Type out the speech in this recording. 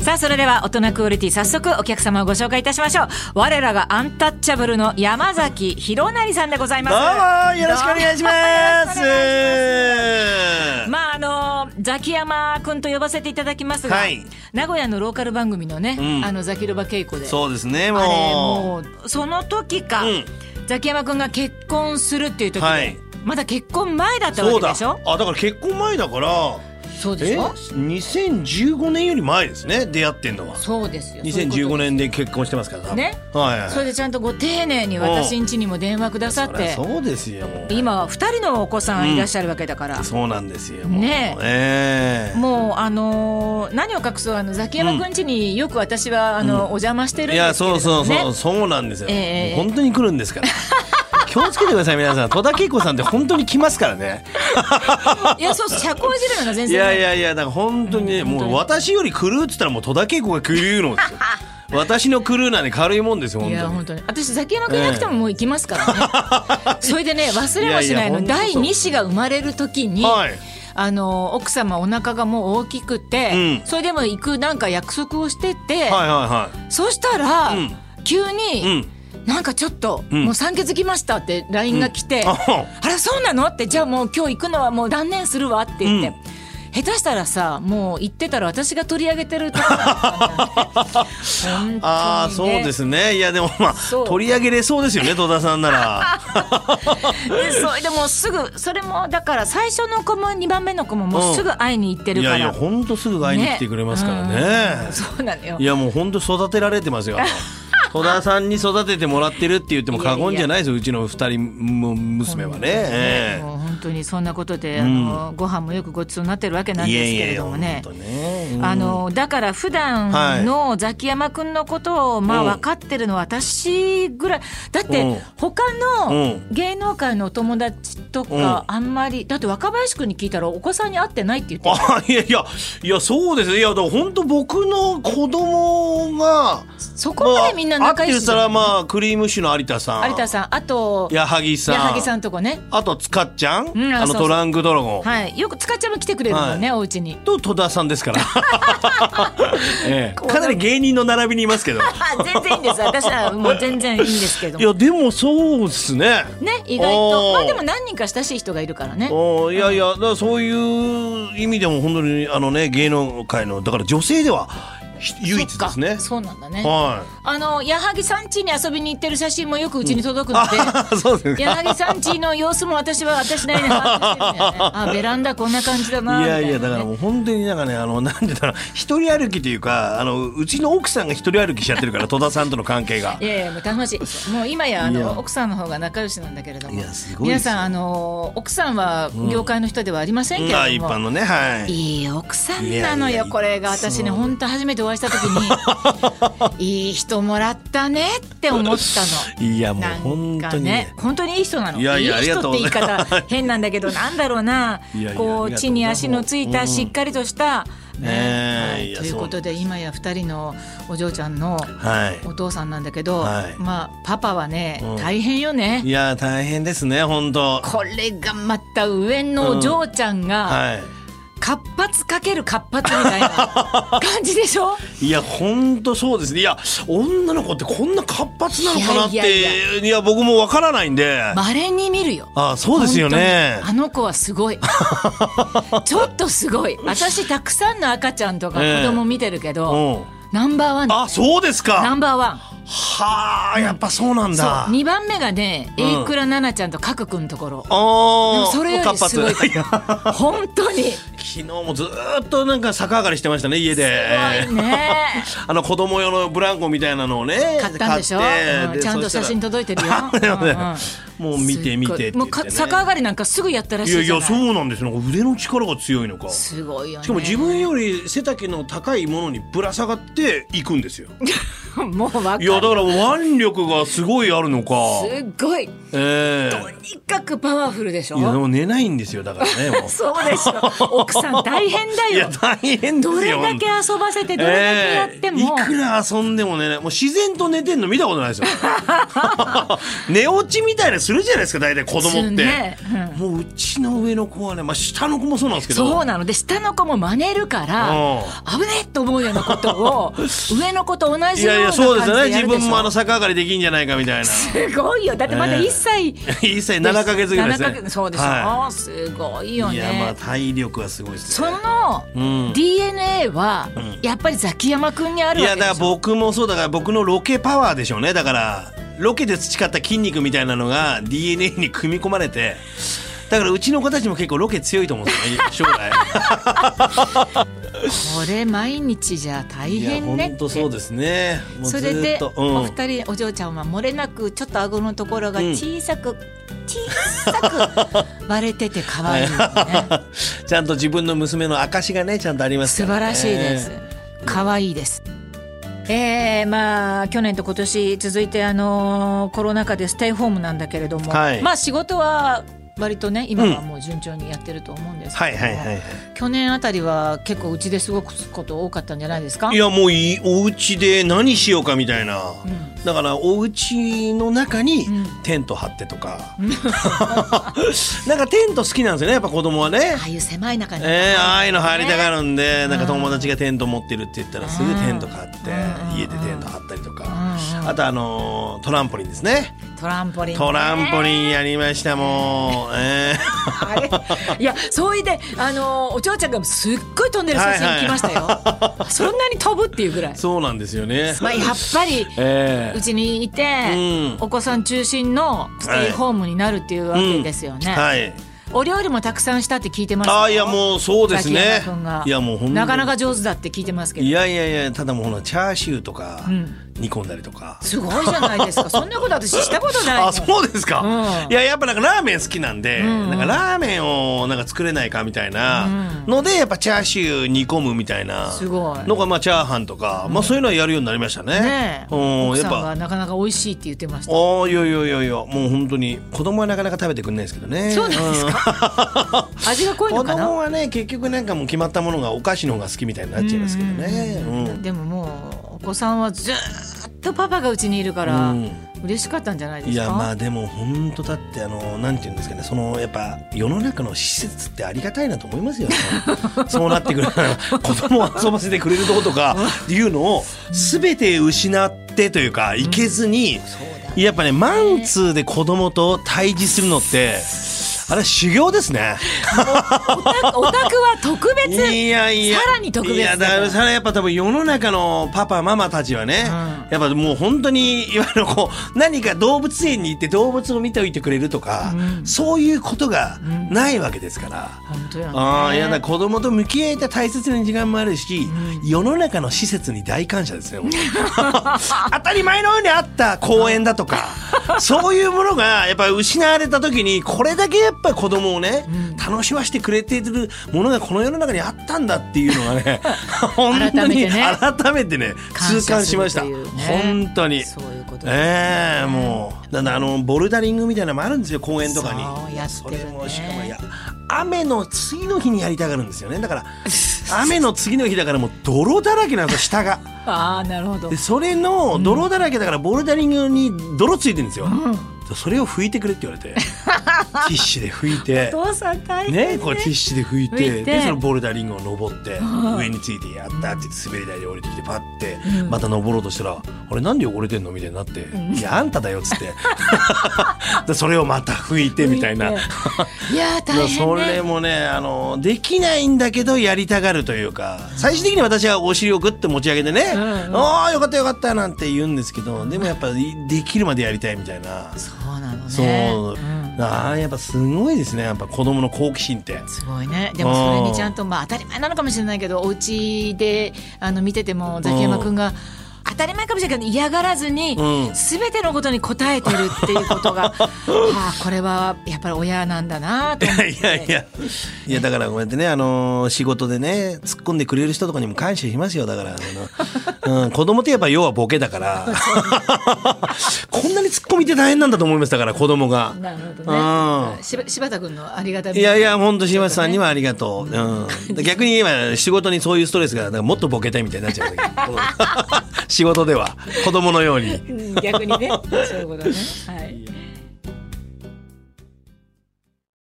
さあそれでは大人クオリティ早速お客様をご紹介いたしましょう我らがアンタッチャブルの山崎弘成さんでございますどうもよろしくお願いしますどうもよろしくお願いしますまああのザキヤマくんと呼ばせていただきますが、はい名古屋のローカル番組のね、うんあのザキロバ稽古でそうですあねれももうその時か、うんザキヤマくんが結婚するっていう時で、はいまだ結婚前だっうたわそうけだでしょあだから結婚前だからそうでえしょ2015年より前ですね出会ってんのはそうですよ2015年で結婚してますからねはいはいそれでちゃんとご丁寧に私ん家にも電話くださっそりゃてそうですよもう今は2人のお子さんいらっしゃるわけだから、そうなんですよもうねえもうあのー何を隠そうあのザキヤマくん家によく私はあの、お邪魔してるんいでやすけれども、そね、うそうそうそうなんですよ、ええもう本当に来るんで すから気をつけてください皆さん戸田恵子さんって本当に来ますからねいやそうそう社交辞令が全い然やいややいやだから本当にね、もう私より狂うっつったらもう戸田恵子が狂う のですよ私の狂うなんて軽いもんですよ本い当にや本当に私ザキヤマくんいなくてももう行きますからね、 それでね忘れもしないのいやいや本当そう第2子が生まれる時に、はいあの奥様お腹がもう大きくて、うんそれでも行くなんか約束をしてて、はいはそしたら、うん急いはいに、なんかちょっと、うんもう産気づきましたって LINE が来て、うんあほうあらそうなのってじゃあもう今日行くのはもう断念するわって言って。うん下手したらさもう行ってたら私が取り上げてるところだったんだよね本当にね ああそうですねいやでもまあそう取り上げれそうですよね戸田さん ならでそれでもうすぐそれもだから最初の子も2番目の子ももうすぐ会いに行っているかやら、いや本当すぐ会いに来てくれますからねうんそうなのよいやもう本当育てられてま すよ戸田さんに育ててもらってるって言っても過言じゃないですようちの二人も娘はねえもう本当にそんなことで、あのご飯もよくごちそうになってるわけえなんいでやすいけやいれやども本ね当ねうんあのだから普段のザキヤマくんのことをまあうん分かってるのは私ぐらいだっうんて他うのん芸能界のお友達とかあんまりだって若林くんに聞いたらお子さんに会ってないって言ってた あいやいやいやそうですねいやだから本当僕の子供がそこまでみんな仲良まあ会ってしるからまあクリームシュの有田さん有田さんあと矢作さん矢作さんとこねあとつかっちゃん、んああそうのそうトランクドラゴン、はいよく塚ちゃんも来てくれるもんねお家にと戸田さんです から、 ええうかなり芸人の並びにいますけどいあ全然いいんです私はもう全然いいんですけどもやでもそうっすねね意外とおーまあでも何人か親しい人がいるからねおいやいやだからそういう意味でも本当にあのね芸能界のだから女性ではひ唯一ですそっねかそうなんだねはあの矢作さん家に遊びに行ってる写真もよくうちに届くので、い そうです矢か作さん家の様子も私は私なりに把握してるんだよねあベランダこんな感じだないみたやいなね、いやだからもう本当になんかねあの なんて言ったら一人歩きというかあのうちの奥さんが一人歩きしちゃってるから戸田さんとの関係がい。やいやもう楽しいですもう今やあいやの奥さんの方が仲良しなんだけれどもいやすごい皆ですよさんあの奥さんは業界の人ではありませんけれども、まあ一般のねはい。いい奥さんなのいやいよやこれが私ね本当初めてお会いした時に いい人もらったねって思ったの。いやもうなん本か当にねね。本当にいい人なのいやいやあり人がってとう言い方変なんだけどなんだろうないやいやこあうりがと地うに足のついたうんしっかりとした、ねえはいいやということで今や二人のお嬢ちゃんのはい。お父さんなんだけど、はいまあパパはね、うん大変よねいや大変ですね本当。これがまた上のお嬢ちゃんがは活発かける活発みたいな感じでしょ い。いや本当そうですね。いや女の子ってこんな活発なのかなっいやいやていや僕もわからないんで。稀に見るよあそうですよ本ね当。にあの子はす ごいちょっとすごい私たくさんの赤ちゃんとかええ子供見てるけうど、ん。ナンバーワンあそうですナか。ンバーワンはあやっぱそうなんだ。そう2番目がねうん榮倉奈々ちゃんと角くんのところであもあ。それよりすごい活発や本当にす昨日もずーっとなんか逆上がりしてましたね家でごいね あの子供用のブランコみたいなのをね買ったんでしょ、買っうてんでちゃんとそした写ら真届いて るよ、うんうんもう見て見てって言って、ね、もうか逆上がりなんかすぐやったらしいやいいじゃやないそうなんですよなんか腕の力が強いのかしすごいよね かも自分より背丈の高いものにぶら下がっていくんですよもうわかいるやだから腕力がすごいあるのか。すっごいええとにかくパワフルでしいやでょも寝ないんですよだからねもう。そうでしょ奥さん大変だいやよ大変ですよ。どれだけ遊ばせ てどれだけやっても、ええいくら遊んでもねもう自然と寝てんの見たことない ですよ寝落ちみたいなするじゃないですか大体子供って、ねもううちの上の子はね、まあ、下の子もそうなんですけどそうなので下の子も真似るからうん危ねえと思うようなこと を上の子と同いじようやいなやそうですよ感ねじでや自るで分しもあのょ逆上がりできんじゃないかみたいな すごいよだってまだええ1歳一歳7か月ぐらいです7ヶね月そうでしょ、はすごいいよいやまあね体力はすごいですそねのうん DNA はうんやっぱりザキヤマくんにあいるわやけでだからしょ僕もそうだから僕のロケパワーでしょうねだからロケで培った筋肉みたいなのが DNA に組み込まれてだからうちの子たちも結構ロケ強いと思 うんですよね将来これ毎日じゃ大いや変ね本当そうですねもうそずれーでっとおう二人お嬢ちゃんは漏れなくちょっと顎のところが小さく、小さく割れてて可愛いよ ねん、ちゃんと自分の娘の証がねちゃんとあります素か晴ら、ね、らしいです可愛いですえー、まあ去年と今年続いてあのーコロナ禍でステイホームなんだけれども、はいまあ仕事は割とね今はもう順調にやってると思うんですけはどいも、はいはいはい去年あたりは結構うちで過ごすこと多かったんじゃないですかいやもういいお家で何しようかみたいな、んだからお家の中にうんテント張ってとか、 なんかテント好きなんですよねやっぱ子供はねああいう狭い中に、えー、ああいうの入りたがるんで、なんか友達がテント持ってるって言ったらすぐテント買って、うん家でテント張ったりとか、うんうんあとあのートランポリンですねトランポリンねトランポリンやりましたもう、え ーあれいやそういであのお嬢ちゃんがすっごい飛んでる写真来ましたよ、 そんなに飛ぶっていうぐらいそうなんですよねまあやっぱりえうちにいて、うんお子さん中心のステイホームになるっていうわけですよね、ー、はいお料理もたくさんしたって聞いてますよああいやもうそうですザねキヤマ君がいやもうほんとなかなか上手だって聞いてますけいどやいやいやただもうほらチャーシューとかうん煮込んだりとか、すごいじゃないですかそんなこと私したことないもんあそうですか、うんいややっぱなんかラーメン好きなんで、うんうんなんかラーメンをなんか作れないかみたいなので、やっぱチャーシュー煮込むみたいなすごいのがまあチャーハンとか、まあそういうのはやるようになりましたね。ねえうん奥やさっんがぱなかなか美味しいって言ってましたああいやいやいやいやもう本当に子供はなかなか食べてくれないですけどね。そうなんですか、味が濃いうん の子かな供はね結局なんかもう決まったものがお菓子の方が好きみたいになっちゃいますけどね。ううんうんうんんでももうお子さんはずーっとパパがうちにいるから、うん嬉しかったんじゃないでいすかやまあでも本当だってあのなんて言うんですかねそのやっぱ世の中の施設ってありがたいなと思いますよ そうなってくる子供を遊ばせてくれるとことかいうのを全て失ってというかいけずに、そうだやっぱねマンツーで子供と対峙するのってあれ修行ですね。お宅は特別 いやいやさらに特別いやだからさらやっぱ多分世の中のパパママたちはね、やっぱもう本当にいわゆるこう何か動物園に行って動物を見ておいてくれるとか、そういうことがないわけですから。本当よねああいやだ子供と向き合えた大切な時間もあるし、世の中の施設に 大感謝ですね本当に当たり前のようにあった公園だとか そういうものがやっぱ失われた時にこれだけやっぱ子供をね、楽しませてくれてるものがこの世の中にあったんだっていうのが ね本当改めにてね改めてね痛感しました、感謝するというね本当に。そういうことですええもうなんだあのボルダリングみたいなのもあるんですよ公園とかにそうやってるねそれもしかもいや雨の次の日にやりたがるんですよねだから雨の次の日だからもう泥だらけなんですよ下 がああなるほどでそれの泥だらけだからボルダリングに泥ついてるんですよ、それを拭いてくれって言わ れてティッシュで拭いてお父さん大変ねね、これティッシュで拭いて拭いてでそのボルダリングを登って上についてやったって言って滑り台で降りてきてパッて、また登ろうとしたら「あれなんで汚れてんの?」みたいになって「いやあんただよ」っつって でそれをまた拭いてみたいな拭いいやーだか大らそ変れねもねあのできないんだけどやりたがるというか最終的に私はお尻をグッと持ち上げてね「うんうんああよかったよかった」なんて言うんですけどでもやっぱりできるまでやりたいみたいな。そうなのねそう、んああやっぱすごいですねやっぱ子供の好奇心って。すごいねでもそれにちゃんとまあ当たり前なのかもしれないけどお家であの見ててもザキヤマくんが当たり前かもしれないけど嫌がらずに、うん全てのことに応えてるっていうこと がああこれはやっぱり親なんだなと思っていやいやいやだからこうやってねあのー仕事でね突っ込んでくれる人とかにも感謝しますよだからあの、うん、子供ってやっぱ要はボケだから こんなに突っ込みって大変なんだと思いますだから子供が。なるほどうねしば柴田君のありがたみいやいや本当柴田さんにはありが とう、うん、逆に今仕事にそういうストレスがだからもっとボケたいみたいになっちゃう んだけど この仕事では子供のように。 うん逆にねそういうことねはい